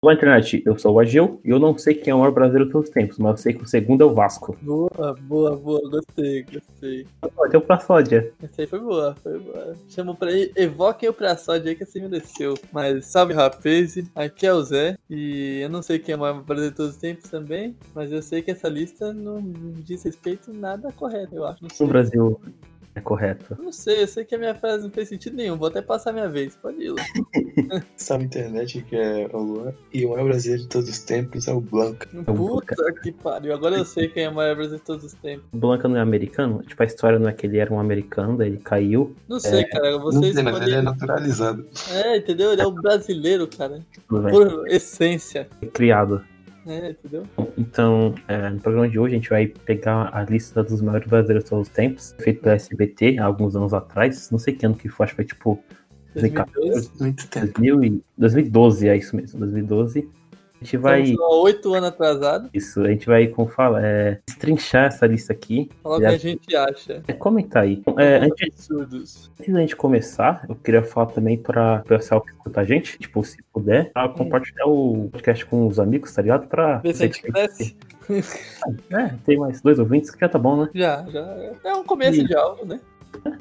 Olá, internet. Eu sou o Agil e eu não sei quem é o maior brasileiro de todos os tempos, mas eu sei que o segundo é o Vasco. Boa, boa, boa, gostei, gostei. Até o Praçódia. Essa aí foi boa, foi boa. Chamou pra ele, evoquem o Praçódia aí que assim me desceu. Mas salve rapaz, aqui é o Zé e eu não sei quem é o maior brasileiro de todos os tempos também, mas eu sei que essa lista não diz respeito nada correto, eu acho. Não O sei. Brasil é correto. Eu Não sei, eu sei que a minha frase não fez sentido nenhum, vou até passar minha vez, pode ir. Lu. Salve internet, que é o Luan. E o maior brasileiro de todos os tempos é o Blanca. Puta que pariu, agora eu sei quem é o maior brasileiro de todos os tempos. O Blanca não é americano? Tipo, a história não é que ele era um americano, daí ele caiu. Não sei, cara, Não vocês sei, mas ele é podem... naturalizado. É, entendeu? Ele é o brasileiro, cara, tudo bem, por essência, foi criado. né, entendeu? Então, é, no programa de hoje, a gente vai pegar a lista dos maiores brasileiros de todos os tempos, feito pela SBT há alguns anos atrás. Não sei que ano que foi, acho que foi tipo 2012. 2014, Muito tempo. 2000 e- 2012, é isso mesmo, 2012. A gente vai. Estamos só oito anos atrasado. Isso, a gente vai, como fala, é, destrinchar essa lista aqui. Fala o que Já- a gente acha. É, comentar aí. É, antes, Absurdos. antes da gente começar, eu queria falar também pra pessoal que escuta a gente, tipo, se puder, pra compartilhar o podcast com os amigos, tá ligado? Pra Vê se a gente cresce. É, tem mais dois ouvintes que já tá bom, né? Já, já. É um começo Sim. de algo, né?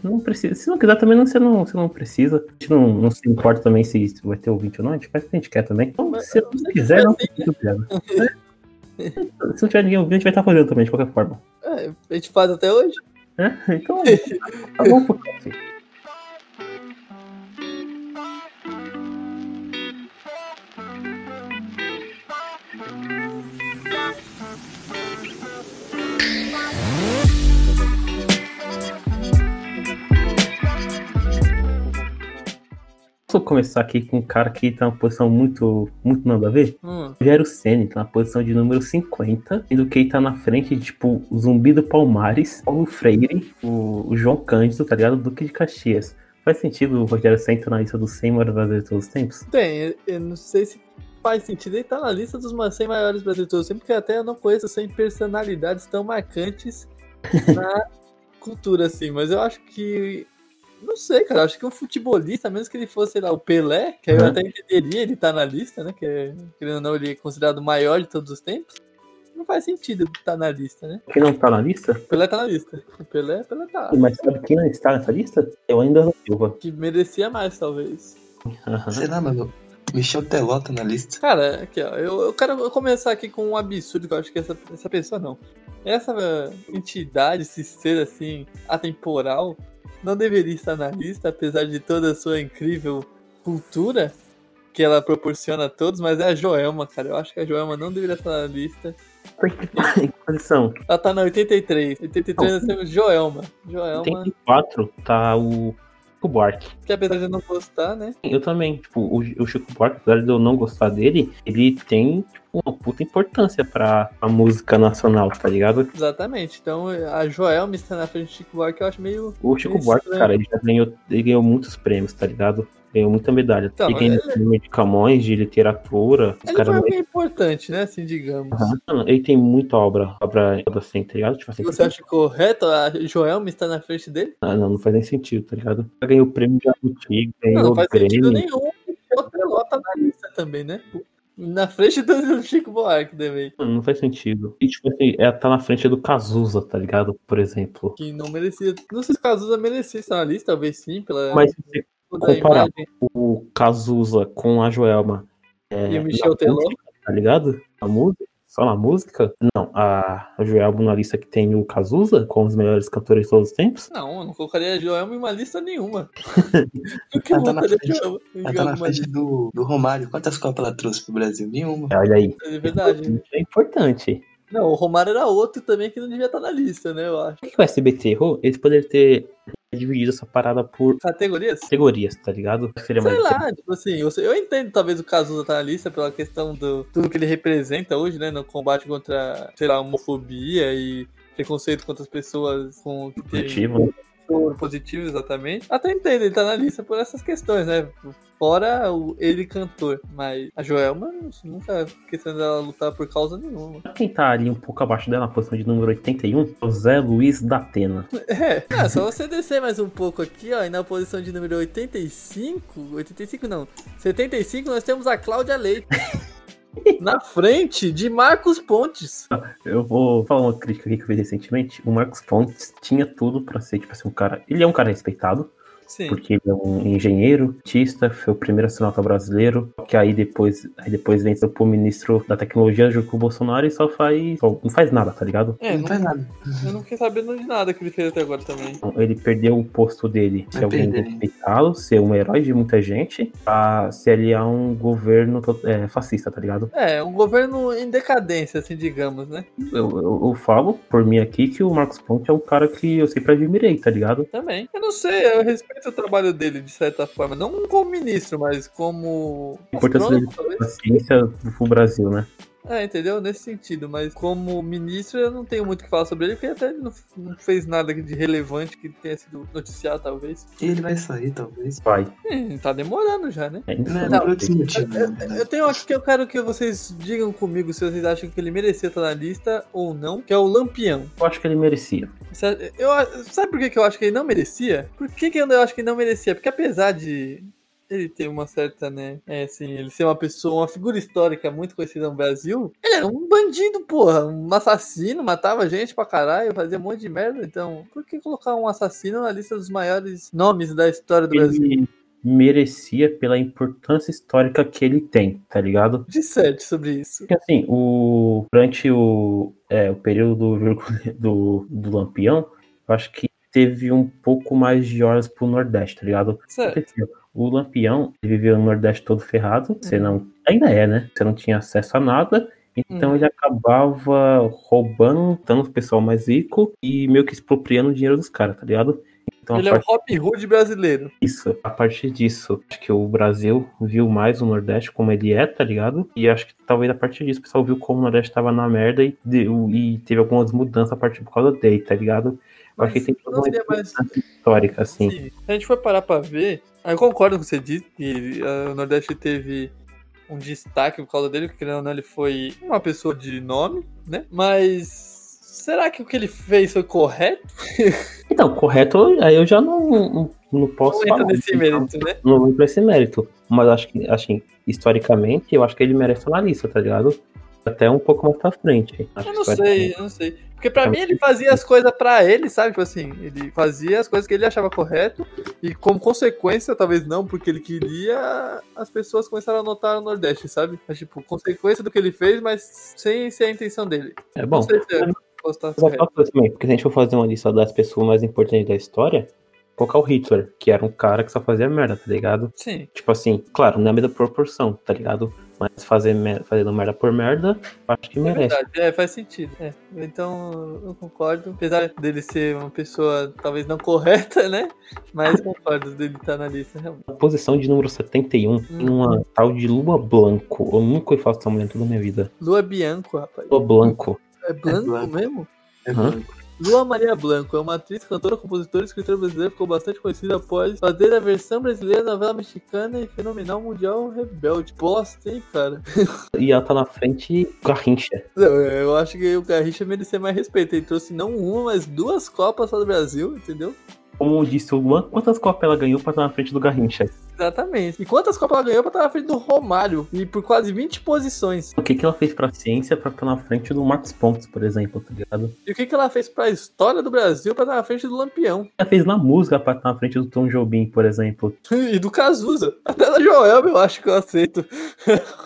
Não precisa. Se não quiser também, não, você, não, você não precisa. A gente não, não se importa também se vai ter ouvinte ou não, a gente faz o que a gente quer também. Então, Mas é assim, se né? eu não sei não quiser, se não vai tem problema. É. Se não tiver ninguém ouvindo, a gente vai estar fazendo também, de qualquer forma. É, a gente faz até hoje. É, então, tá bom pro cast. Vou começar aqui com um cara que tá numa posição muito, muito nada a ver. Hum, Rogério Ceni tá na posição de número 50, sendo que ele tá na frente de, tipo, o Zumbi do Palmares, Paulo Freire, o, o João Cândido, tá ligado? Duque de Caxias. Faz sentido o Rogério Ceni tá na lista dos 100 maiores brasileiros de todos os tempos? tem, eu- eu não sei se faz sentido. Ele tá na lista dos ma- 100 maiores brasileiros, sempre que até eu não conheço 100 personalidades tão marcantes na cultura, assim. Mas eu acho que. Não sei, cara. eu Acho que um futebolista, mesmo que ele fosse, sei lá, o Pelé, que aí eu Uhum. até entenderia ele tá na lista, né? Que é, querendo ou não, ele é considerado o maior de todos os tempos. Não faz sentido estar tá na lista, né? Quem não tá na lista? Pelé tá na lista. O Pelé, Pelé tá. Mas sabe quem não está nessa lista? É o Anderson Silva. Que merecia mais, talvez. Aham. Sei lá, mano. Michel Teló tá na lista. Cara, aqui, ó. Eu, eu quero começar aqui com um absurdo que eu acho que essa, essa pessoa não. Essa eh, entidade, esse ser assim, atemporal, não deveria estar na lista, apesar de toda a sua incrível cultura que ela proporciona a todos, mas é a Joelma, cara. Eu acho que a Joelma não deveria estar na lista. Em que posição? Ela tá na 83. 83 nós temos Joelma. Joelma, Tem quatro, tá o Chico Buarque. que apesar de eu não gostar, né? Eu também, tipo, o, o Chico Buarque, apesar de eu não gostar dele, ele tem, tipo, uma puta importância pra a música nacional, tá ligado? Exatamente. Então a Joelma está na frente de Chico Buarque, eu acho meio. O Chico Isso, Buarque, né? cara, ele já ganhou, ele ganhou muitos prêmios, tá ligado? Ganhou muita medalha. Então, ele ganhou prêmio de Camões, de literatura. Os Ele foi um caras. alguém importante, né? Assim, digamos. Mano, ele tem muita obra, obra assim, tá ligado? Tipo assim, Você acha correto a Joelma estar na frente dele? ah, não, não faz nem sentido, tá ligado? Já Ganhou o prêmio de Jabuti, ganhou Não, não o faz sentido Grêmio. nenhum. O Teló tá na lista também, né? Na frente do Chico Buarque também. Mano, não faz sentido. E tipo assim, ela tá na frente do Cazuza, tá ligado? Por exemplo. Que não merecia. Não sei se o Cazuza merecia estar na lista, talvez sim, pela Mas se você toda a comparar. imagem. o Cazuza com a Joelma. é, E o Michel na Teló? música, Tá ligado? A música? Só na música? Não, a, a Joelma na lista que tem o Cazuza, com os melhores cantores de todos os tempos. Não, eu não colocaria a Joelma em uma lista nenhuma. Por que eu Ela tá na botaria a frente. Joelma em Ela tá na alguma frente lista? do, do Romário. Quantas Copas ela trouxe pro Brasil? Nenhuma. Olha aí. É verdade. Isso é importante. Não, o Romário era outro também que não devia estar na lista, né? Eu acho. O que que o SBT errou? Eles poderiam ter dividido essa parada por Categorias? categorias, tá ligado? Seria Sei mais lá, tipo assim, eu, eu entendo talvez o Cazuza tá na lista pela questão do tudo que ele representa hoje, né? No combate contra, sei lá, homofobia e preconceito contra as pessoas com que têm positivo. soro positivo, exatamente. Até entendo, ele tá na lista por essas questões, né? Fora o, ele cantor, mas a Joelma nunca questionando ela lutar por causa nenhuma. Sabe Quem tá ali um pouco abaixo dela, na posição de número 81, é o Zé Luiz da Atena. É, ah, só você descer mais um pouco aqui, ó, e na posição de número 85, 85 não, 75 nós temos a Cláudia Leite. Na frente de Marcos Pontes. Eu vou falar uma crítica aqui que eu fiz recentemente. O Marcos Pontes tinha tudo pra ser, tipo assim, um cara. Ele é um cara respeitado, Sim. porque ele é um engenheiro, artista, foi o primeiro astronauta brasileiro, que aí depois, aí depois vem ser pro ministro da tecnologia, junto com o Bolsonaro, e só faz. só não faz nada, tá ligado? É, não não- faz nada. eu não fiquei sabendo de nada que ele fez até agora também. Então, Ele perdeu o posto dele Vai se alguém perder. respeitá-lo, ser um herói de muita gente, pra se aliar a um governo to- é, fascista, tá ligado? É, um governo em decadência, assim, digamos, né? Eu, eu, eu falo por mim aqui que o Marcos Ponte é um cara que eu sempre admirei, tá ligado? Também. Eu não sei, eu respeito o trabalho dele, de certa forma. Não como ministro, mas como. Importância astrônomo, talvez. A ciência do Brasil, né? É, entendeu? Nesse sentido, mas como ministro eu não tenho muito o que falar sobre ele, porque até ele não, não fez nada de relevante que tenha sido noticiado, talvez. E ele vai sair, talvez. Vai. Him, tá demorando já, né? É isso. Não, Não, não, por outros motivos, na verdade. Eu tenho aqui que eu quero que vocês digam comigo se vocês acham que ele merecia estar na lista ou não, que é o Lampião. Eu acho que ele merecia. Sa- Eu, a- sabe por que que eu acho que ele não merecia? Por que, que eu acho que ele não merecia? Porque apesar de ele ter uma certa, né? É assim, ele ser uma pessoa, uma figura histórica muito conhecida no Brasil, ele era um bandido, porra, um assassino, matava gente pra caralho, fazia um monte de merda. Então, por que colocar um assassino na lista dos maiores nomes da história do Brasil? Ele merecia pela importância histórica que ele tem, tá ligado? De sete sobre isso. Porque assim, o, durante o, é, o período do, Virgulho- do, do Lampião, eu acho que teve um pouco mais de horas pro Nordeste, tá ligado? Certo. Aconteceu. O Lampião ele viveu no Nordeste todo ferrado, você não. Ainda é, né? Você não tinha acesso a nada. Então Uhum. ele acabava roubando, tanto o pessoal mais rico e meio que expropriando o dinheiro dos caras, tá ligado? Então, Ele a é o partir Robin Hood brasileiro. isso, a partir disso, acho que o Brasil viu mais o Nordeste como ele é, tá ligado? E acho que talvez a partir disso o pessoal viu como o Nordeste tava na merda e, deu- e teve algumas mudanças a partir por causa dele, tá ligado? Eu acho que tem toda uma não seria mais. importância histórica, assim. Sim. Se a gente for parar pra ver, eu concordo com o que você disse, que ah, o Nordeste teve um destaque por causa dele, porque querendo ou não, ele foi uma pessoa de nome, né? Mas será que o que ele fez foi correto? Então, correto, aí eu já não, não, não posso Não entra falar. um nesse mérito, né? Não vou pra esse mérito. Mas acho que, assim, historicamente, eu acho que ele merece estar na lista, tá ligado? Até um pouco mais pra frente. Acho Eu que não historicamente- sei, eu não sei. Porque pra mim ele fazia as coisas pra ele, sabe? Tipo assim, ele fazia as coisas que ele achava correto e como consequência, talvez não porque ele queria, as pessoas começaram a notar o Nordeste, sabe? Mas tipo, consequência do que ele fez, mas sem ser a intenção dele. É Não bom. sei se eu posso estar Só certo. falta também, porque se a gente for fazer uma lista das pessoas mais importantes da história, colocar o Hitler, que era um cara que só fazia merda, tá ligado? Sim, Tipo assim, claro, na mesma proporção, tá ligado? Mas fazer mer- fazendo merda por merda, eu acho que é merece. verdade. É, faz sentido. É. Então, eu concordo. Apesar dele ser uma pessoa talvez não correta, né? Mas concordo dele estar na lista, realmente. Na posição de número 71, tem uma tal de Lua Blanco. Eu nunca ouvi falar dessa mulher em toda a minha vida. Lua Bianco, rapaz. Lua Blanco. É Blanco Blanco. mesmo? É Hã? branco. Lua Maria Blanco é uma atriz, cantora, compositora e escritora brasileira. Ficou bastante conhecida após fazer a versão brasileira da novela mexicana e fenomenal mundial rebelde. Bosta, hein, cara? E ela tá na frente Garrincha. Não, eu acho que o Garrincha merecia mais respeito. Ele trouxe não uma, mas duas Copas só do Brasil, entendeu? Como disse o Luan, quantas copas ela ganhou pra estar na frente do Garrincha? Exatamente. E quantas Copas ela ganhou pra estar na frente do Romário? E por quase 20 posições. O que, que ela fez pra ciência pra estar na frente do Marcos Pontes, por exemplo, tá ligado? E o que, que ela fez pra história do Brasil pra estar na frente do Lampião? Ela fez na música pra estar na frente do Tom Jobim, por exemplo. E do Cazuza. Até da Joel, eu acho que eu aceito.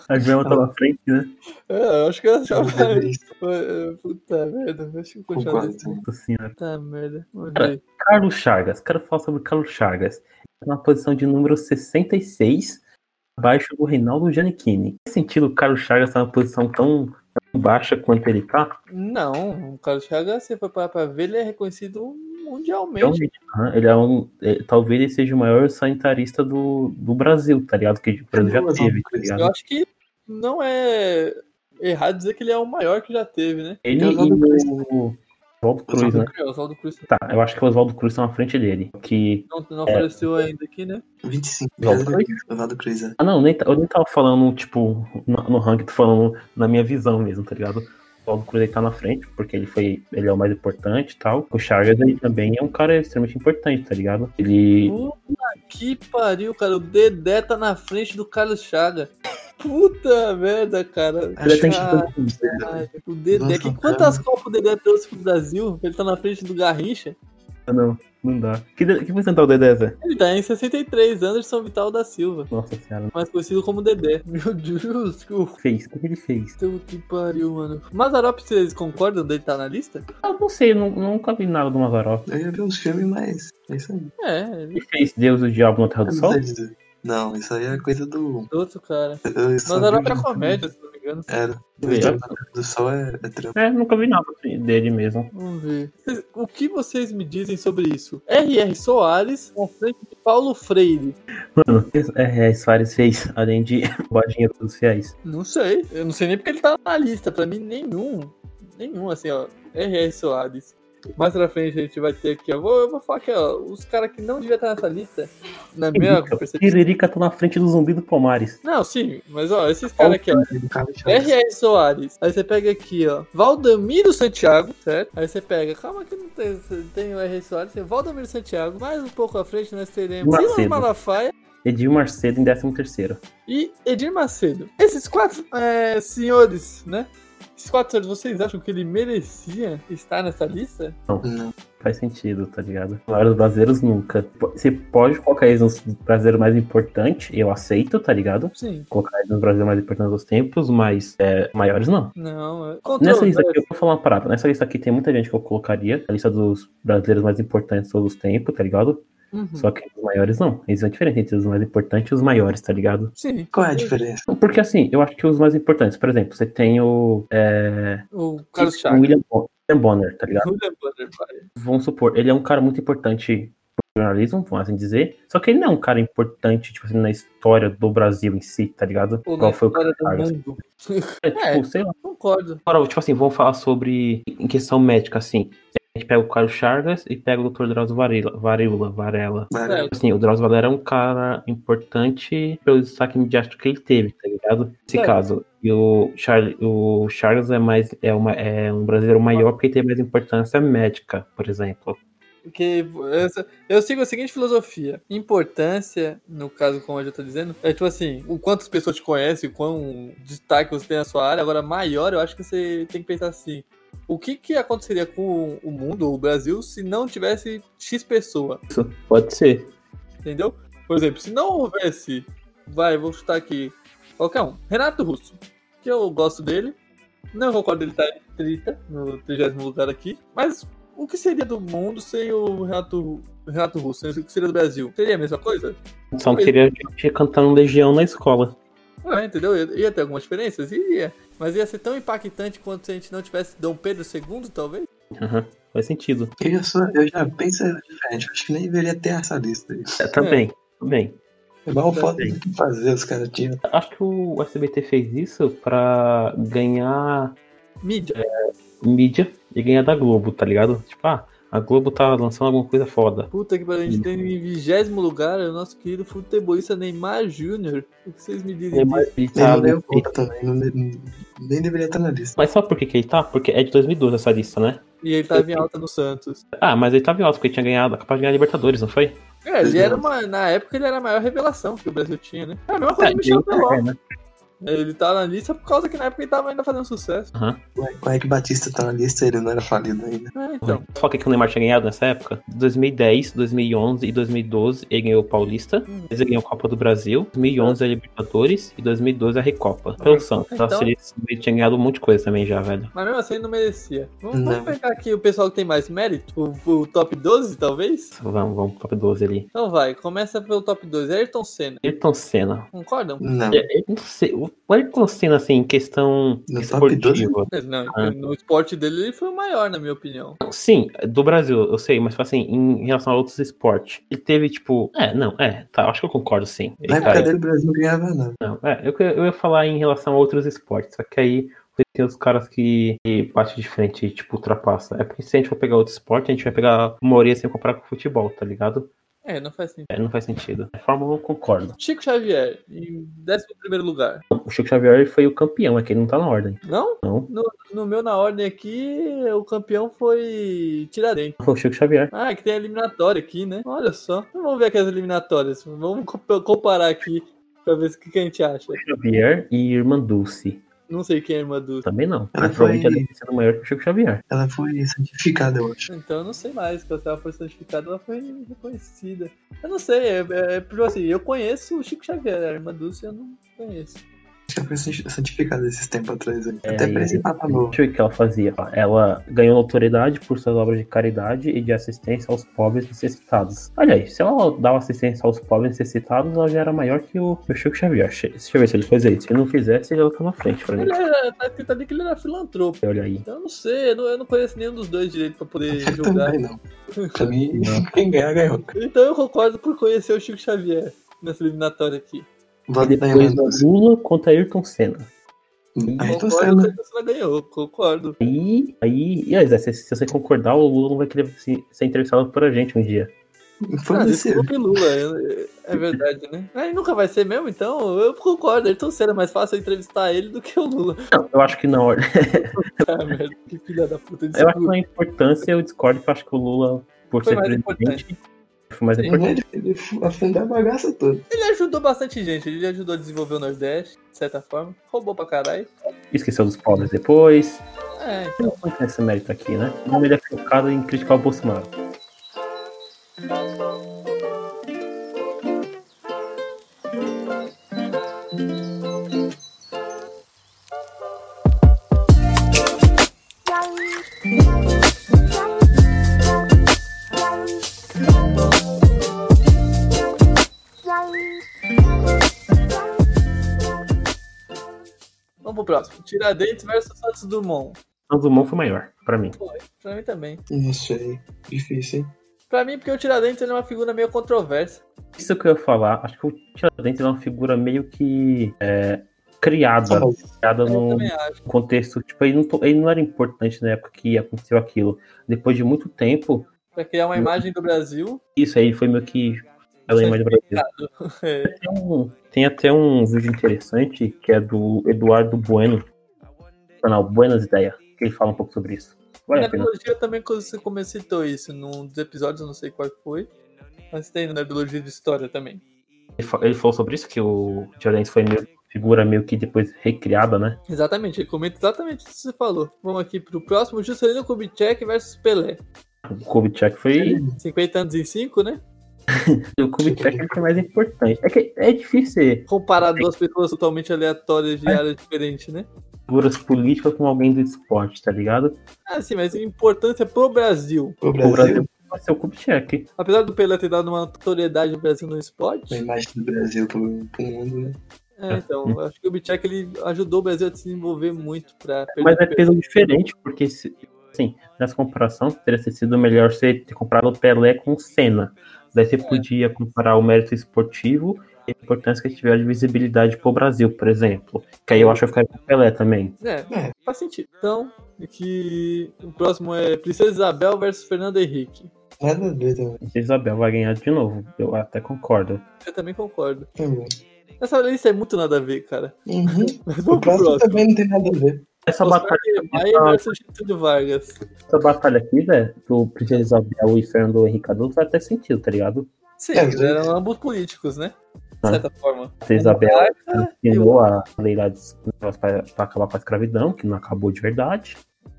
A Joelma tá na frente, né? É, eu acho que eu aceito. Talvez. Puta merda, deixa eu continuar Concordo desse. também. Nossa senhora. Puta merda. Vamos Cara, ver. Carlos Chagas. Quero falar sobre o Carlos Chagas. Na posição de número 66, abaixo do Reinaldo Giannichini. Faz sentido o Carlos Chagas estar numa posição tão, tão baixa quanto ele tá? Não, o Carlos Chagas, se for parar pra ver, ele é reconhecido mundialmente. Realmente. né? Ele é um. é, talvez ele seja o maior sanitarista do, do Brasil, tá ligado? Que o Brasil já Nossa, teve, tá Eu ligado? acho que não é errado dizer que ele é o maior que já teve, né? Ele Eu e não dou Cruz. o. Oswaldo Cruz, né? O Oswaldo Cruz Tá, eu acho que o Oswaldo Cruz tá na frente dele. Que. não, não apareceu ainda aqui, né? 25. Não, Obrigado, foi? Leonardo Cruz. é. Ah, não, nem, ta- eu nem tava falando, tipo, no, no ranking, tô falando na minha visão mesmo, tá ligado? O Paulo Cruz ele tá na frente, porque ele foi. Ele é o mais importante e tal. O Chagas ele também é um cara extremamente importante, tá ligado? Ele. Puta que pariu, cara. O Dedé tá na frente do Carlos Chaga. Puta merda, cara. Ele tem Caralho, chance. o Dedé. Nossa, Que quantas Copas o Dedé trouxe pro Brasil? Ele tá na frente do Garrincha. Ah, Não, não dá. Que, de- que percentual o Dedé, Zé? Ele tá em 63, Anderson Vital da Silva. Nossa senhora, Mais conhecido como Dedé. Meu Deus, que horror. fez. O que que ele fez? Puta que pariu, mano. Mazarop, vocês concordam dele tá na lista? Ah, não sei, nu- nunca vi nada do Mazarop. Eu já vi uns filmes, mas. É isso aí. É, ele Ele fez Deus e o Diabo na Terra do Eu não Sol? sei dizer. Não, isso aí é coisa do. é outro cara. eu só Mazarop vi- era comédia, se não me engano. Era. Vê, Deus do Sol é, é trampo. É, nunca vi nada dele mesmo. Vamos ver. Vocês- O que vocês me dizem sobre isso? R.R. Soares na frente de Paulo Freire. Mano, é, é, Soares fez, além de roubar dinheiro dos fiéis. Não sei. Eu não sei nem porque ele tá na lista. Pra mim, nenhum. Nenhum, assim, ó. R.R. Soares. Mais pra frente a gente vai ter aqui, ó. Vou, eu vou falar aqui, ó. Os caras que não deviam estar nessa lista, na minha Tiririca. percepção. Tiririca tá na frente do zumbi do Palmares. Não, sim, mas ó, esses caras aqui, ó. Ele tava chato. R.R. Soares. Aí você pega aqui, ó. Valdemiro Santiago, certo? Aí você pega. Calma que não tem, tem o R.R. Soares. Tem Valdemiro Santiago. Mais um pouco à frente nós teremos Macedo. Silas Malafaia Edir Marcedo em 13 terceiro. e Edir Macedo. Esses quatro é, senhores, né? Esses quatro senhores, vocês acham que ele merecia estar nessa lista? Não. Faz sentido, tá ligado? Claro, os brasileiros nunca. P- Você pode colocar eles nos brasileiros mais importantes, eu aceito, tá ligado? Sim. Colocar eles nos brasileiros mais importantes dos tempos, mas é, maiores não. Não, é. Nessa lista Controverso. aqui, eu vou falar uma parada. Nessa lista aqui tem muita gente que eu colocaria. A lista dos brasileiros mais importantes de todos os tempos, tá ligado? Uhum. Só que os maiores não. Eles são diferentes entre os mais importantes e os maiores, tá ligado? Sim. Qual é a diferença? Porque assim, eu acho que os mais importantes, por exemplo, você tem o. É, O Carlos o Chagas. William Bon- William Bonner, tá ligado? William Butterfly. Vamos supor, ele é um cara muito importante pro jornalismo, vamos assim dizer. Só que ele não é um cara importante, tipo assim, na história do Brasil em si, tá ligado? Ou na Qual foi o história cara? do mundo. É, tipo, sei lá. Concordo. Agora, tipo assim, vamos falar sobre em questão médica, assim. A gente pega o Carlos Chagas e pega o Dr. Drauzio Varela. Varela, Varela. Maravilha. Assim, o Drauzio Varela é um cara importante pelo destaque midiático que ele teve, tá ligado? Nesse Certo. caso. E o, Char o Chagas é mais é, uma, é um brasileiro maior porque ele tem mais importância médica, por exemplo. Porque essa- eu sigo a seguinte filosofia. Importância, no caso, como eu já tô dizendo, é tipo assim, o quantas pessoas te conhecem, o quão destaque você tem na sua área. Agora, maior, eu acho que você tem que pensar assim. O que, que aconteceria com o mundo ou o Brasil se não tivesse X pessoa? Pode ser. Entendeu? Por exemplo, se não houvesse. Vai, vou chutar aqui. Qualquer um. Renato Russo. Que eu gosto dele. Não concordo ele estar em 30, no 30 lugar aqui. Mas o que seria do mundo sem o Renato, Renato Russo? O que seria do Brasil? Seria a mesma coisa? Só não teria gente cantando Legião na escola. Ah, entendeu? Ia, ia ter algumas diferenças? Iria. Mas ia ser tão impactante quanto se a gente não tivesse Dom Pedro II, talvez? Aham, Faz sentido. Eu já, sou, eu já penso diferente. Acho que nem deveria ter essa lista aí. É, também, também. É mal foda Também. do que fazer, os caras tiram. Acho que o SBT fez isso pra ganhar Mídia. mídia e ganhar da Globo, tá ligado? Tipo, ah, a Globo tá lançando alguma coisa foda. Puta que pariu, a gente tem em vigésimo lugar o nosso querido futebolista Neymar Júnior. O que vocês me dizem disso? Ele Eu tá não deu no- conta também. não de- nem deveria estar na lista. Mas sabe por que, que ele tá? Porque é de 2012 essa lista, né? E ele tava em alta no Santos. Ah, mas ele tava em alto, porque ele tinha ganhado, é capaz de ganhar a Libertadores, não foi? É, ele era uma. Na época ele era a maior revelação que o Brasil tinha, né? É a mesma coisa do Michel Teló. É, né? Ele tá na lista por causa que na época ele tava ainda fazendo sucesso. Ué, O Eric Batista tá na lista, ele não era falido ainda. É, então. Só que o Neymar tinha ganhado nessa época? 2010, 2011 e 2012 ele ganhou o Paulista, Hum. depois ele ganhou a Copa do Brasil, 2011 a Libertadores e 2012 a Recopa. Pelo Santos, Então- então... ele tinha ganhado um monte de coisa também já, velho. Mas mesmo assim ele não merecia. Vamos, vamos Não. pegar aqui o pessoal que tem mais mérito? O, o top 12, talvez? Vamos, vamos pro top 12 ali. Então vai, começa pelo top 12. Ayrton Senna. Ayrton Senna. Concordam? Não. É, Eu não sei, o Ayrton Senna, assim, em questão No top 12? esportiva. Não, Ah. no esporte dele ele foi o maior, na minha opinião. Sim, do Brasil, eu sei, mas assim, em relação a outros esportes, ele teve, tipo. É, não, é, tá, acho que eu concordo sim. Ele Na tá- época dele, o Brasil não ganhava nada. não, é, eu, eu ia falar em relação a outros esportes, só que aí tem os caras que, que bate de frente e, tipo, ultrapassa. É porque se a gente for pegar outro esporte, a gente vai pegar uma orelha sem comparar com o futebol, tá ligado? É, não faz sentido. É, não faz sentido. A Fórmula 1 eu concordo. Chico Xavier, em 11 lugar. O Chico Xavier foi o campeão, é que ele não tá na ordem. Então, Não? Não. No, no meu, na ordem aqui, o campeão foi Tiradentes. Foi o Chico Xavier. Ah, que tem a eliminatória aqui, né? Olha só. Então Vamos ver aqui as eliminatórias. Vamos co- comparar aqui pra ver o que, que a gente acha. Xavier e Irmã Dulce. Não sei quem é a irmã Tá. do. Também não. Ela Mas provavelmente foi- ela deve ter sido maior que o Chico Xavier. Ela foi santificada, eu acho. Então eu não sei mais, porque se ela foi santificada, ela foi reconhecida. Eu não sei, é, é, é tipo assim, eu conheço o Chico Xavier, a irmã Dulce eu não conheço. Ela foi santi- santificada esses tempos atrás. Aí. É, Até pra esse e- Papa Novo. Deixa eu ver o que ela fazia. Ela ganhou notoriedade por suas obras de caridade e de assistência aos pobres necessitados. Olha aí, se ela dava assistência aos pobres necessitados, ela já era maior que o, que o Chico Xavier. Che- Deixa eu ver se ele fazia isso. Se ele não fizesse, ele ia estar na frente pra mim. Ele era, tá escrito ali que ele era filantropo. Olha aí. Então eu não sei, eu não, eu não conheço nenhum dos dois direito pra poder Eu julgar. também não. Pra mim, quem ganhar, ganhou. Então eu concordo por conhecer o Chico Xavier nessa eliminatória aqui. E Vota na depois Irmã o Dulce. Lula contra Ayrton Senna. Aí tô Concordo sendo. que a pessoa ganhou, concordo. Aí, aí, e aí, Zé, se, se você concordar, o Lula não vai querer se- ser interessado por a gente um dia. Ah, Foda-se. desculpe Lula, é- é verdade, né? Mas ele nunca vai ser mesmo, então eu concordo. Ayrton Senna é mais fácil entrevistar ele do que o Lula. Não, eu acho que na ordem. Ah, merda, que filha da puta de Eu acho que na importância eu discordo, que eu acho que o Lula, por Foi ser mais presidente, foi mais Sim. importante. Ele- Ele fu- afundar a bagaça toda. Ele ajudou bastante gente, ele ajudou a desenvolver o Nordeste, de certa forma. Roubou pra caralho. Esqueceu dos pobres depois. É, Não vou entrar nesse mérito aqui, né? O nome ele é focado em criticar o Bolsonaro. vamos pro próximo. Tiradentes versus Santos Dumont. Então, o Dumont foi maior, pra mim. Pra mim também. Não sei. Difícil, hein? Pra mim, porque o Tiradentes ele é uma figura meio controversa. Isso que eu ia falar, acho que o Tiradentes é uma figura meio que é, criada, criada É, Eu no também acho. contexto. Tipo, ele não, to- ele não era importante na época que aconteceu aquilo. Depois de muito tempo, Pra criar uma imagem do Brasil. isso aí foi meio que. Além mais do Brasil. É, Tem, um- tem até um vídeo interessante que é do Eduardo Bueno, do canal Buenas Ideias, que ele fala um pouco sobre isso. Vale na a pena. biologia também você como citou isso num dos episódios, eu não sei qual foi. Mas tem na biologia de história também. Ele, fa- ele falou sobre isso, que o Tiradentes foi meio, figura meio que depois recriada, né? Exatamente, ele comenta exatamente o que você falou. Vamos aqui pro próximo, Juscelino Kubitschek versus Pelé. O Kubitschek foi. 50 anos em 5, né? O Kubitschek é o que é mais importante. É que é difícil ser Comparar duas pessoas totalmente aleatórias de áreas diferentes, né? figuras políticas com alguém do esporte, tá ligado? Ah, sim, mas importância pro Brasil. O O Brasil Brasil, vai ser o Kubitschek. Apesar do Pelé ter dado uma notoriedade no Brasil no a esporte, imagem do Brasil pro, pro mundo, né? é, então, eu acho que o Kubitschek ele ajudou o Brasil a se desenvolver muito pra Mas é perder- peso diferente, porque se, assim, nessa comparação, teria sido melhor você ter comprado o Pelé com o Senna. Daí você podia comparar o mérito esportivo e a importância que tiver de visibilidade pro Brasil, por exemplo. Que aí eu acho que eu ficaria com o Pelé também. É, É. faz sentido. Então, aqui, o próximo é Princesa Isabel versus Fernando Henrique. Nada a ver também. Isabel vai ganhar de novo, eu até concordo. Eu também concordo. Também. Essa lista é muito nada a ver, cara. Uhum. Mas Tá O vamos pro próximo próximo. também não tem nada a ver. Essa batalha, Maia versus Getúlio Vargas. essa batalha aqui, velho, do Princesa Isabel e Fernando Henrique Cardoso faz até sentido, tá ligado? Sim, É, eles gente. eram ambos políticos, né? De certa forma. Princesa Isabel Vargas ensinou a Leila dos- pra, pra acabar com a escravidão, que não acabou de verdade.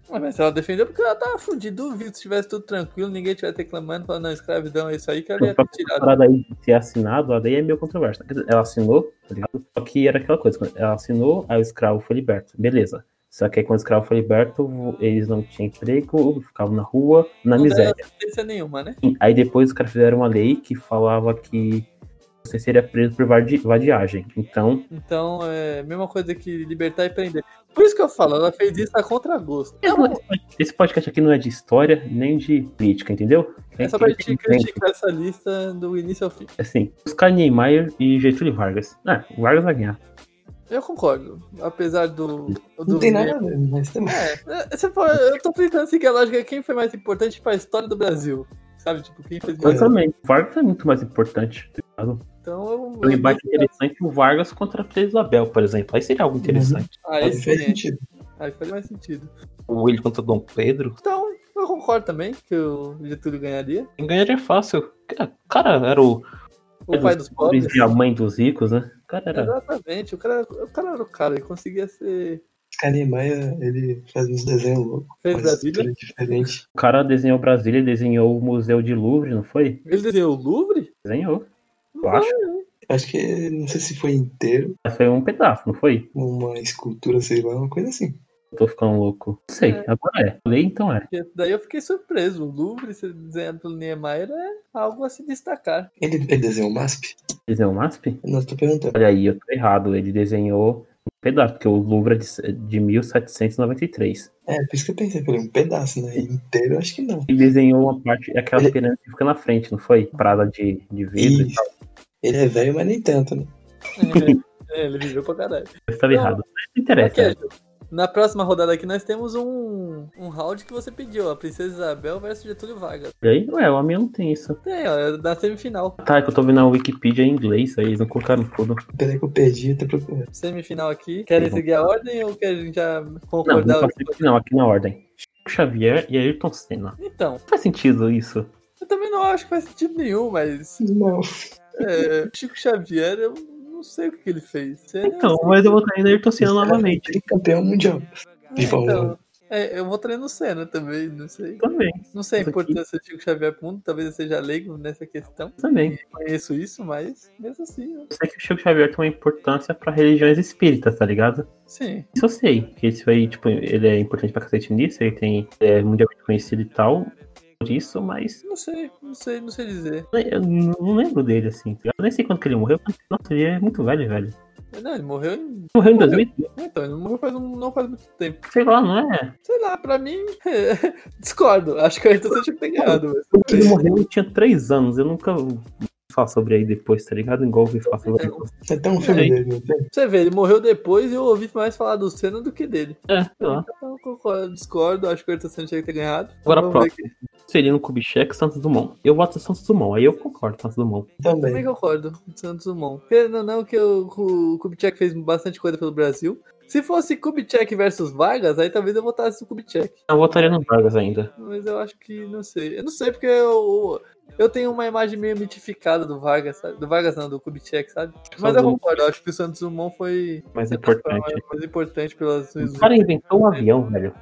Ué, Mas ela defendeu porque ela tava fudida. Duvido se tivesse tudo tranquilo, ninguém tivesse reclamando, falando, não, escravidão é isso aí, que ela ia ter A tirado. parada aí de ser assinado, a lei é meio controversa. Quer dizer, Ela assinou, tá ligado? Só que era aquela coisa, quando ela assinou, aí o escravo foi liberto. Beleza. Só que aí quando o escravo foi liberto, eles não tinham emprego, ficavam na rua, na Não miséria. deram assistência nenhuma, né? Aí depois os caras fizeram uma lei que falava que você seria preso por vadi- vadiagem. Então, Então, é a mesma coisa que libertar e prender. Por isso que eu falo, ela fez isso a contragosto. Tá esse podcast aqui não é de história nem de política, entendeu? É só pra de gente criticar essa lista do início ao fim. Assim, Oscar Niemeyer e Getúlio Vargas. Ah, o Vargas vai ganhar. Eu concordo. Apesar do. do Não tem nada a ver, mas tá também. É, você fala- eu tô tentando seguir a lógica é quem foi mais importante pra história do Brasil. Sabe, tipo, quem fez mais. Eu também. O Vargas é muito mais importante, tá ligado? Então eu. um embate interessante o Vargas contra a Teresa Isabel, por exemplo. Aí seria algo interessante. Aí faz sim, sentido. aí faz mais sentido. O William contra o Dom Pedro. Então, eu concordo também que o Getúlio ganharia. Quem ganharia fácil. Cara, era o O pai dos pobres. E a mãe dos ricos, né? O cara era. Exatamente, o cara, o cara era o cara, ele conseguia ser. Kanye Maia, ele faz uns desenhos loucos. Fez mas Brasília? tudo diferente. O cara desenhou Brasília, desenhou o Museu de Louvre, não foi? Ele desenhou o Louvre? Desenhou. Uhum. Eu acho. Acho que, não sei se foi inteiro, Mas foi um pedaço, não foi? uma escultura, sei lá, uma coisa assim. Eu tô ficando louco. Não sei, É. agora é. Falei, então é. Porque Daí eu fiquei surpreso. O Louvre ser desenhado pelo Niemeyer é algo a se destacar. Ele, ele desenhou o MASP? Desenhou o MASP? Eu Não, tô perguntando. Olha aí, eu tô errado. Ele desenhou um pedaço, porque o Louvre é de, de 1793. É, por isso que eu pensei, falei, um pedaço, né? Inteiro, eu acho que não. Ele desenhou uma parte, aquela É. Ele- pirâmide que fica na frente, não foi? Parada de, de vidro e Isso. tal. Ele é velho, mas nem tanto, né? É, é, ele viveu pra caralho. Eu estava errado. Mas não interessa. Ok, Ju. na próxima rodada aqui nós temos um, um round que você pediu, a Princesa Isabel versus Getúlio Vargas. E aí, ué, o Amigo não tem isso. Tem, ó, é da semifinal. Tá, é que eu tô vendo a Wikipedia em inglês, aí eles não colocaram tudo. Peraí que eu perdi, eu tô procurando. Semifinal aqui. Querem Uhum. seguir a ordem ou querem já Não, concordar? não faço aqui não, aqui na ordem. Chico Xavier e Ayrton Senna. Então, Não faz sentido isso. eu também não acho que faz sentido nenhum, mas é, Não. o Chico Xavier, eu não sei o que, que ele fez. Você- Então, mas eu vou trair Ayrton Senna novamente. campeão mundial. É, tipo, de Fórmula então, é, eu vou treinando cena também, não sei. Também, Não sei a Isso aqui. importância do Chico Xavier pro mundo, talvez eu seja leigo nessa questão. também. Conheço isso, mas mesmo assim, eu- Eu sei que o Chico Xavier tem uma importância pra religiões espíritas, tá ligado? sim. Isso eu sei, que isso aí, tipo, ele é importante pra cacete nisso, ele tem, é mundialmente conhecido e tal, por isso, mas Não sei, não sei, não sei dizer. eu não não lembro dele, assim, tá ligado? Eu nem sei quando que ele morreu, mas, nossa, ele é muito velho, velho. Não, ele morreu em. Morreu em 2002, Então, ele morreu faz um- não faz muito tempo. sei lá, não é? Sei lá, pra mim. discordo. Acho que o Ayrton Senna tinha que ter ganhado. mas tudo Ele bem. morreu, eu tinha 3 anos, eu nunca falo sobre aí depois, tá ligado? Igual eu ouvi falar sobre ele. Tem até um filme É. dele, não tem? Você vê, ele morreu depois e eu ouvi mais falar do Senna do que dele. É, sei lá. Então, eu concordo, discordo. Acho que o Ayrton Senna tinha que ter ganhado. Então Agora Vamos próximo. ver aqui. Seria no Kubitschek, Santos Dumont. Eu voto em Santos Dumont, aí eu concordo, Santos Dumont. Também. Também concordo, Santos Dumont. Querendo ou não, que o, o Kubitschek fez bastante coisa pelo Brasil. Se fosse Kubitschek versus Vargas, aí talvez eu votasse no Kubitschek. Eu votaria no Vargas ainda. Mas eu acho que não sei. Eu não sei porque eu, eu tenho uma imagem meio mitificada do Vargas, sabe? Do Vargas não, do Kubitschek, sabe? Mas eu Santos- concordo, eu acho que o Santos Dumont foi Mais é importante. mais importante pelas suas. O cara inventou um avião, velho.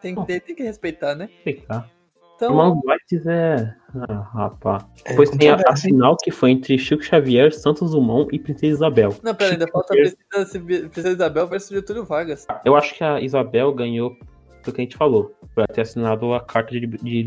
Tem que, ter- tem que respeitar, né? Ficar. O Então, Mano Duarte é. Ah, rapaz. É, Depois tem a, a controverso, hein? final que foi entre Chico Xavier, Santos Dumont e Princesa Isabel. não, pera, ainda falta a Princesa, Princesa Isabel versus Getúlio Vargas. Eu acho que a Isabel ganhou do que a gente falou. Pra ter assinado a carta de, liber- de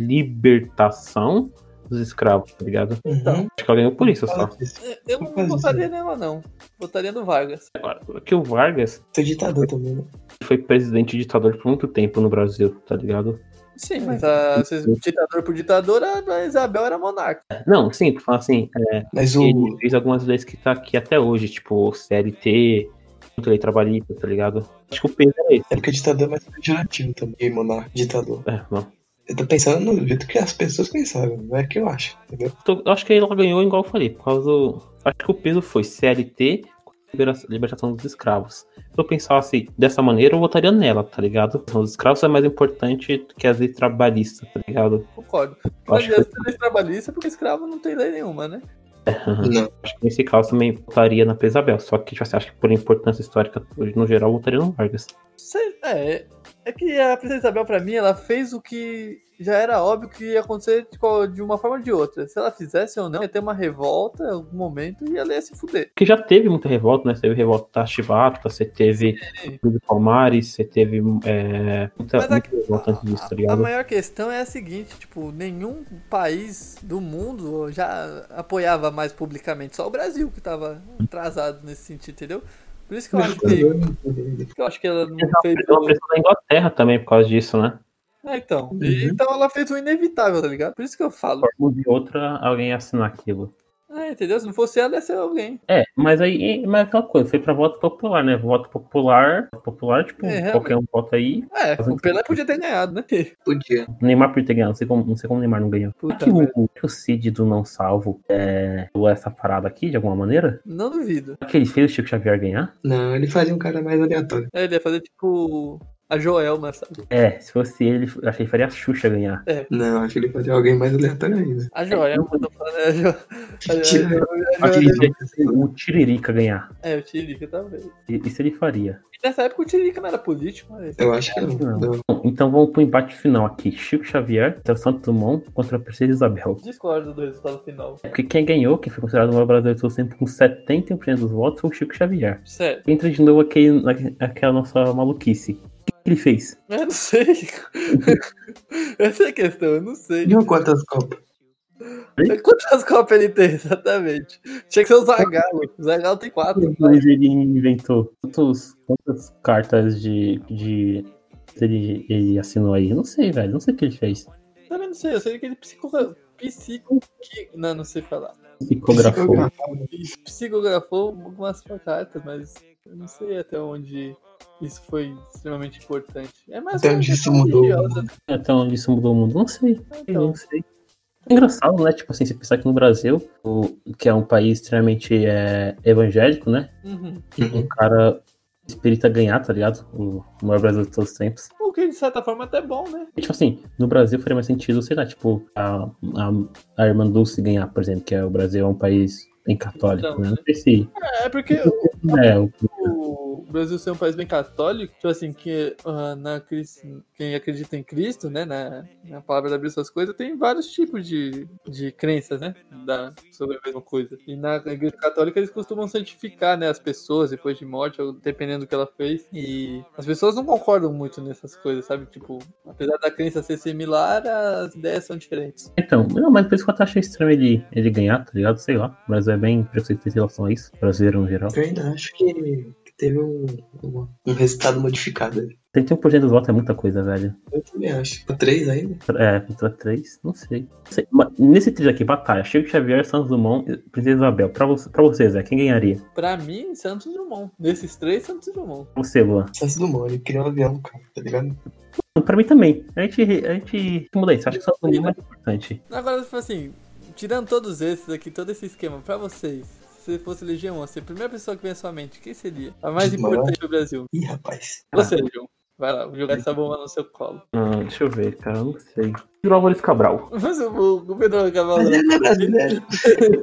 libertação dos escravos, tá ligado? Uhum. Acho que ela ganhou por isso só. Fala disso. Eu não Mas- votaria nela, não. Votaria no Vargas. Agora, que o Vargas Tô ditador também, né? foi presidente e ditador por muito tempo no Brasil, tá ligado? Sim, mas é a, se- ditador por ditador, a Isabel era monarca. Não, sim, pra falar assim, Mas ele o. fez algumas leis que tá aqui até hoje, tipo CLT, muita lei trabalhista, tá ligado? Acho que o peso é esse. É porque ditador é mais pejorativo também, e monarca, ditador. É, não. Eu tô pensando no jeito que as pessoas pensaram, não é que eu acho, entendeu? Tô- eu acho que ela ganhou igual eu falei, por causa do. Acho que o peso foi CLT com libera- libertação dos escravos. Se eu pensasse dessa maneira, eu votaria nela, tá ligado? Então, Os escravos é mais importante do que as leis trabalhistas, tá ligado? Concordo. Eu Mas acho que, as leis trabalhistas, porque escravo não tem lei nenhuma, né? Não. acho que nesse caso também votaria na Pesabel. Só que, tipo assim, acho que por importância histórica, no geral, eu votaria no Vargas. Sei- é, é que a Princesa Isabel, pra mim, ela fez o que já era óbvio que ia acontecer de qual- de uma forma ou de outra. Se ela fizesse ou não, ia ter uma revolta em algum momento e ela ia se fuder. Porque já teve muita revolta, né? Você teve revolta da Chivata, você teve Sim. do Palmares, você teve é, muita, Mas a- muita revolta antes disso, tá A ligado? maior questão é a seguinte, tipo, nenhum país do mundo já apoiava mais publicamente, só o Brasil que tava atrasado nesse sentido, entendeu? Por isso que eu acho Uhum. que, Ditador- que eu acho que ela não fez. Teve uma pressão da Inglaterra também por causa disso, né? É, então. Uhum. E- Então ela fez o inevitável, tá ligado? Por isso que eu falo. Forma de outra, alguém ia assinar aquilo. É, entendeu? Se não fosse ela, ia ser alguém. É, mas aí, mas é aquela coisa, foi pra voto popular, né? Voto popular, voto popular, tipo, É, qualquer um vota aí. É, Mas o então- Pelé podia ter ganhado, né? Podia. Neymar por ter ganhado, não sei como, não sei como o Neymar não ganhou. Puta que, merda. o, que o Cid do Não Salvo é, pulou essa parada aqui, de alguma maneira? Não duvido. Será que ele fez o Chico Xavier ganhar? Não, ele fazia um cara mais aleatório. É, ele ia fazer tipo a Joelma, sabe? É, se fosse ele, eu achei que faria a Xuxa ganhar. Não, acho que ele faria alguém mais aleatório ainda. A Joelma, eu tô falando, é a Jo- a Tira- Jo- a Aquele Joelma. O Tiririca ganhar. É, o Tiririca talvez. E- Isso ele faria. E nessa época o Tiririca não era político, mas... Eu acho que não. Não. não. Bom, então vamos pro empate final aqui. Chico Xavier contra Santo Dumont contra a Princesa Isabel. Discordo do resultado final. É porque quem ganhou, que foi considerado o maior brasileiro de todo tempo com 71% dos votos, foi o Chico Xavier. Sério, Entra de novo aquele, naque- aquela nossa maluquice. O que que ele fez? eu não sei. Essa é a questão, eu não sei. É Viu quantas copas? Quantas copas ele tem, exatamente? Tinha que ser o Zagalo. O Zagalo tem quatro. Mas ele inventou quantos, quantas cartas de, de ele, ele assinou aí? Eu não sei, velho. Não sei o que ele fez. Também não sei, eu sei que ele é psico... psico... Não, não sei falar. Psicografou. psicografou algumas cartas, mas eu não sei até onde isso foi extremamente importante. É mais Até uma onde isso questão mudou. religiosa, né? Até onde isso mudou o mundo? Não sei. Então, Não sei. É engraçado, né? Tipo assim, você pensar que no Brasil, o- que é um país extremamente é, evangélico, né? uhum. Um cara espírita ganhar, tá ligado? O maior brasileiro de todos os tempos. O que de certa forma é até bom, né? E, tipo assim, no Brasil faria mais sentido, sei lá, tipo, a, a, a irmã Dulce ganhar, por exemplo, que é, o Brasil é um país bem católico, Então, né? Não sei se É porque o- é o o Brasil ser um país bem católico, tipo assim, que ah, na Cris- quem acredita em Cristo, né, na, na palavra da Bíblia, essas coisas, tem vários tipos de, de crenças, né, da, sobre a mesma coisa. E na igreja católica eles costumam santificar, né, as pessoas depois de morte, ou dependendo do que ela fez. E as pessoas não concordam muito nessas coisas, sabe? Tipo, apesar da crença ser similar, as ideias são diferentes. Então, não, mas por isso que eu até achei estranho ele, ele ganhar, tá ligado? Sei lá. O Brasil é bem preconceituoso em relação a isso. Brasileiro no geral. Eu ainda acho que teve um, um, um resultado modificado aí. 31% dos votos é muita coisa, velho. Eu também acho. Tipo, Três ainda? É, contra 3, não sei. Não sei. Mas nesse trio aqui, batalha. Chico Xavier, Santos Dumont e Princesa Isabel. Pra, você, pra vocês, Zé, quem ganharia? Pra mim, Santos Dumont. Nesses três, Santos Dumont. Pra Você, Luan. Santos Dumont, ele criou um avião, cara, tá ligado? Pra mim também. A gente, a gente muda isso. Acho que Santos Dumont é mais importante. Agora, tipo assim, tirando todos esses aqui, todo esse esquema, pra vocês, se você fosse eleger um, assim, a primeira pessoa que vem à sua mente, quem seria? A mais Mano. importante do Brasil. Ih, rapaz. Você, João. Vai lá, vou jogar essa bomba no seu colo. Ah, deixa eu ver, cara. Não sei. E o Álvares Cabral. Mas o, o o Pedro Mas Cavalo, ele não é brasileiro.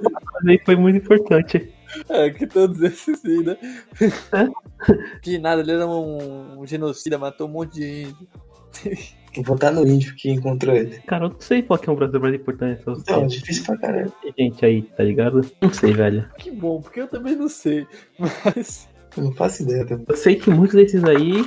Mas aí foi muito importante. é, que todos esses sim, né? Que nada, ele era um, um genocida, matou um monte de índio. Vou votar no índio que encontrou ele. Cara, eu não sei qual que é um brasileiro mais importante. Eu Então, sei. difícil pra caralho. Tem gente aí, tá ligado? Não sei, velho. Que bom, porque eu também não sei. Mas. Eu não faço ideia também. Eu sei que muitos desses aí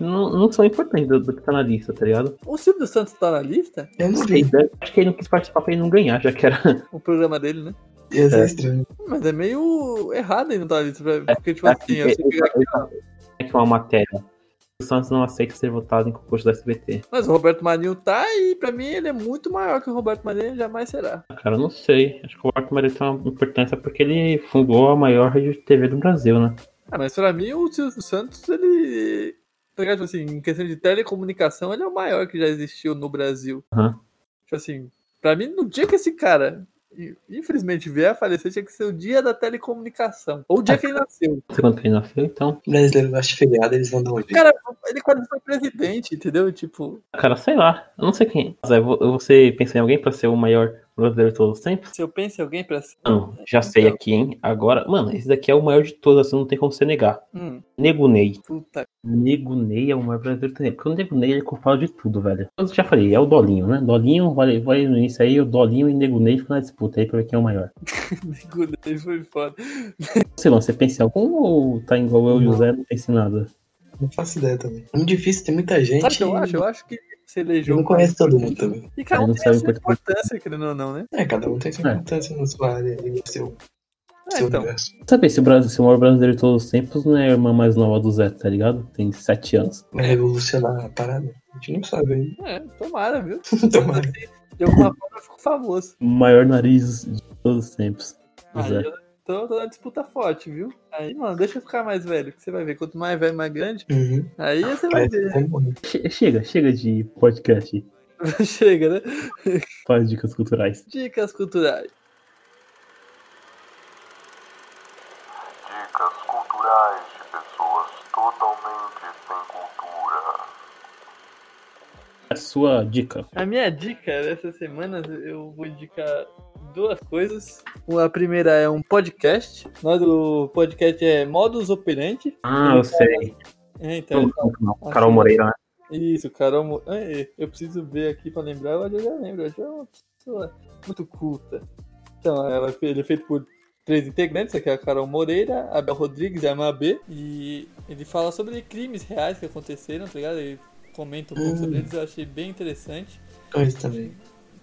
não, não são importantes do, do que tá na lista, tá ligado? O Silvio Santos tá na lista? Eu não Não sei, sei. né? acho que ele não quis participar pra ele não ganhar, já que era. O programa dele, né? Ia ser É. estranho. Mas é meio errado ele não tá na lista. pra- Porque, tipo assim, eu sei que É que uma matéria. O Santos não aceita ser votado em concurso da SBT. Mas o Roberto Marinho tá e pra mim ele é muito maior que o Roberto Marinho ele jamais será. Ah, Cara, eu não sei. Acho que o Roberto Marinho tem uma importância porque ele fundou a maior rede de TV do Brasil, né? Ah, mas pra mim o Silvio Santos, ele. tá ligado? Tipo assim, em questão de telecomunicação, ele é o maior que já existiu no Brasil. Aham. Tipo assim, pra mim, no dia que esse cara, i- infelizmente, vier a falecer, tinha que ser o dia da telecomunicação. Ou o dia que ele nasceu. Não sei quando que ele nasceu, então. Brasileiro baixa feriado, eles vão dar um jeito. Cara, ele quase foi presidente, entendeu? Tipo, Ah, Cara, sei lá. Eu não sei quem. Zé, vo- você pensa em alguém pra ser o maior brasileiro de todos os tempos? se eu penso em alguém pra. ser- Não, já sei aqui, hein? Agora, mano, esse daqui é o maior de todos, assim, não tem como você negar. Hum, Nego Ney. puta. Nego Ney é o maior brasileiro do tempo. Porque o Nego Ney ele é culpado de tudo, velho. Eu já falei, é o Dolinho, né? Dolinho, vale, vale no início aí, o Dolinho e Nego Ney ficam na disputa aí pra ver quem é o maior. Nego Ney foi foda. Sei lá, você pensa em algum ou tá igual eu e o Zé, não pensa em nada? Não faço ideia também. É Muito difícil, tem muita gente. Sabe o que eu e acho? Eu acho que se elegeu. um Eu não conheço todo mundo também. E cada Aí um não tem a sabe sua por que- importância, querendo ou não, né? É, cada um tem sua É. importância na sua área e no seu, É, seu então. universo. Sabe, se o, Brasil, se o maior brasileiro de todos os tempos não é a irmã mais nova do Zé, tá ligado? Tem sete anos. Vai revolucionar a parada. A gente não sabe ainda. É, tomara, viu? Tomara. De alguma forma eu fico famoso. O maior nariz de todos os tempos. O Aí então, Zé. eu tô, tô na disputa forte, viu? Aí, mano, deixa eu ficar mais velho, que você vai ver. Quanto mais velho, mais grande. Uhum. Aí você vai Parece ver. que vai morrer. Che- Chega, chega de podcast. Chega, né? Faz dicas culturais. Dicas culturais. Dicas culturais de pessoas totalmente sem cultura. sua dica? A minha dica dessa semana, eu vou indicar duas coisas. A primeira é um podcast. O nome do podcast é Modus Operandi. Ah, eu sei. É, então, Não, não, não. Carol Moreira, né? isso, Carol. Mo- É, Eu preciso ver aqui pra lembrar, eu já lembro. Eu já é uma pessoa muito culta. Então, ela fe- ele é feito por três integrantes, aqui é a Carol Moreira, a Bel Rodrigues e a Mabê. E ele fala sobre crimes reais que aconteceram, tá ligado? Ele comenta um pouco Hum. sobre eles, eu achei bem interessante. Mas também.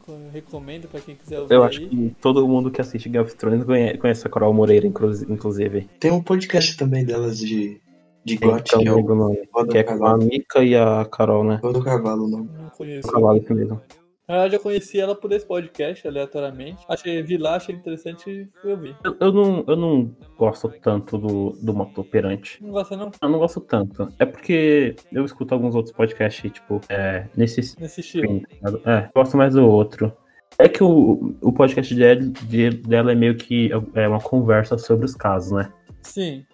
Eu recomendo pra quem quiser ouvir Eu aí. acho que todo mundo que assiste Game of Thrones conhe- conhece a Carol Moreira, inclu- inclusive. Tem um podcast também delas de, de Gotti, Então, que é o lembro o nome, Roda que é do com a Cavalo. Mika e a Carol, né? Roda do Cavalo, não. Não conheço. O cavalo isso mesmo. Na verdade, eu conheci ela por esse podcast, aleatoriamente. Achei, vi lá, achei interessante e eu vi. Eu, eu não, eu não gosto tanto do, do modo operante. Não gosta não? Eu não gosto tanto. É porque eu escuto alguns outros podcasts, tipo, é, nesse Nesse estilo. stream. tá ligado? É, gosto mais do outro. É que o, o podcast de- de- dela é meio que é uma conversa sobre os casos, né? Sim.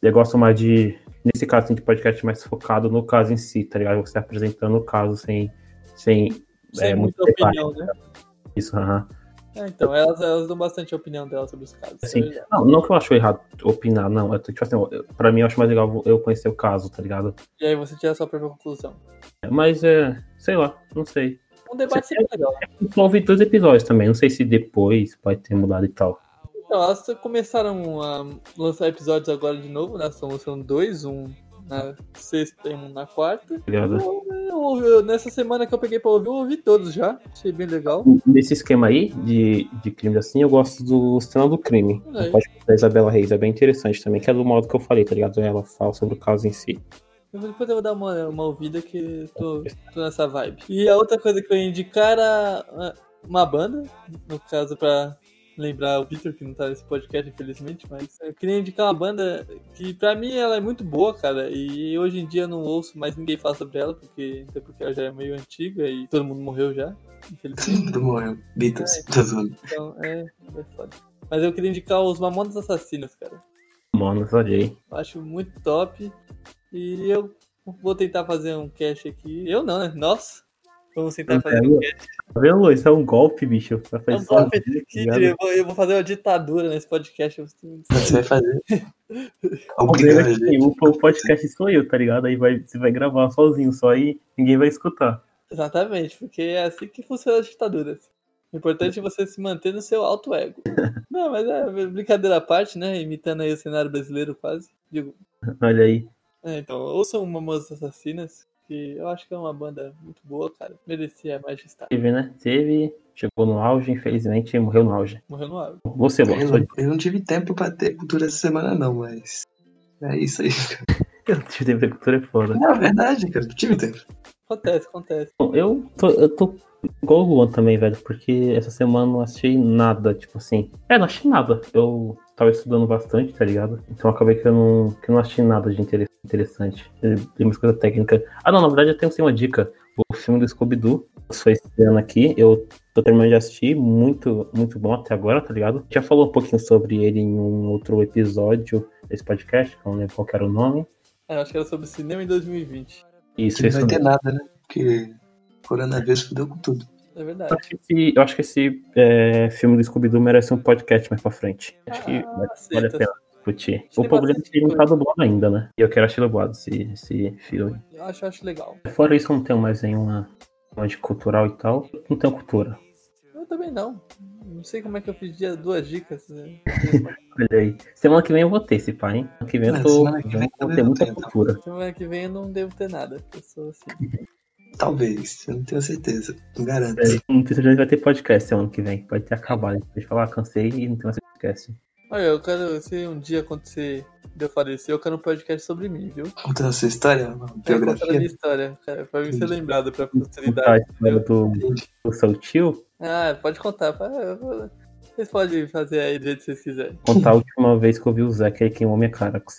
Eu gosto mais de, nesse caso, assim, de podcast mais focado no caso em si, tá ligado? Você apresentando o caso sem, sem Sem É, muito muita detalhe. opinião, né? isso, aham. É, então, elas, elas dão bastante opinião dela sobre os casos. Sim. é verdade. Assim, Não, não que eu acho errado opinar, não. É, tipo assim, eu- pra mim eu acho mais legal eu conhecer o caso, tá ligado? E aí você tira a sua própria conclusão. Mas é, sei lá, não sei. Um debate Você- sempre legal. né? Houve dois episódios também, não sei se depois pode ter mudado e tal. tá Então, elas começaram a lançar episódios agora de novo, né? Estão lançando dois, um na sexta e um na quarta. Tá ligado? Eu- eu- eu- nessa semana que eu peguei pra ouvir, eu ouvi todos já. Achei bem legal. Nesse esquema aí de, de crimes assim, eu gosto do Cena do Crime. Aí. O podcast da Isabela Reis é bem interessante também, que é do modo que eu falei, tá ligado? Ela fala sobre o caso em si. Eu vou- Depois eu vou dar uma, uma ouvida que eu tô, tô nessa vibe. E a outra coisa que eu ia indicar era ah, uma banda, no caso pra lembrar o Victor que não tá nesse podcast, infelizmente, mas eu queria indicar uma banda que pra mim ela é muito boa, cara, e hoje em dia eu não ouço mais ninguém falar sobre ela, porque, até porque ela já é meio antiga e todo mundo morreu já, infelizmente. Tudo morreu. Beatles. Tá zoando. Então é, é foda. Mas eu queria indicar os Mamonas Assassinos, cara. Mano, eu falei. Eu acho muito top. E eu vou tentar fazer um cast aqui. Eu não, né? Nós. Vamos tentar fazer um cast. Tá vendo, Luiz? Isso é um golpe, bicho. Pra É fazer um golpe sozinho, tá aqui, ligado? eu vou, eu vou fazer uma ditadura nesse podcast. Eu tenho- Você vai fazer. O problema é Obrigado, que gente. o o podcast sou eu, tá ligado? Aí vai, você vai gravar sozinho, só aí ninguém vai escutar. Exatamente, porque é assim que funciona as ditaduras. O importante é você se manter no seu alto ego. Não, mas é brincadeira à parte, né? Imitando aí o cenário brasileiro quase. Digo, Olha aí. é, então, ouçam Mamonas Assassinas, que eu acho que é uma banda muito boa, cara. Merecia mais destaque. Teve, né? Teve. Chegou no auge, infelizmente, e morreu no auge. Morreu no ar. Você, Luan, Eu, sua não- eu não tive tempo pra ter cultura essa semana, não, mas. É isso aí. dica de TV Cultura é foda. Na verdade, cara, não tive tempo. Acontece, acontece. Bom, Eu tô, eu tô igual o Luan também, velho, porque essa semana não achei nada, tipo assim. É, não achei nada. Eu tava estudando bastante, tá ligado? Então acabei que eu não, que eu não achei nada de inter- interessante. Tem umas coisas técnicas. Ah, não, na verdade eu tenho sim uma dica. O filme do Scooby-Doo foi esse ano aqui. Eu tô terminando de assistir. Muito, muito bom até agora, tá ligado? Já falou um pouquinho sobre ele em um outro episódio desse podcast, que eu não lembro qual que era o nome. É, eu acho que era sobre cinema em 2020. Isso, Não isso vai ter mesmo. nada, né? Porque coronavírus fudeu com tudo. É Eu verdade. acho que esse, eu acho que esse é, filme do Scooby-Doo merece um podcast mais pra frente. Acho que Ah, vale a aceita. pena discutir. Tem O problema é que ele não tá bastante dublado ainda, né? E eu quero achar dublado esse, esse filme. assim. Eu acho, acho legal. Fora isso, eu não tenho mais nenhuma uma de cultural e tal. Não tenho cultura. Eu também não. Não sei como é que eu pedi as duas dicas. né? Olha aí. Semana que vem eu vou ter esse pai, hein? Semana que vem eu É, tô. semana que vem vou também ter não muita tem, não. cultura. Semana que vem eu não devo ter nada. Eu sou assim. Talvez, eu não tenho certeza. Não garanto. É, Não sei se a gente vai ter podcast semana que vem. Pode ter acabado. A gente pode falar, ah, cansei e não tem mais podcast. Olha, eu quero. Se um dia acontecer de eu falecer, eu quero um podcast sobre mim, viu? Contando a sua história, uma Contando a minha biografia. história, cara, pra mim ser lembrado pra Contar a posteridade. história do, Entendi. do seu tio. Ah, pode contar. pá, eu vou- Vocês podem fazer aí do jeito que vocês quiserem. Contar a última vez que eu vi o Zé, que ele queimou minha cara.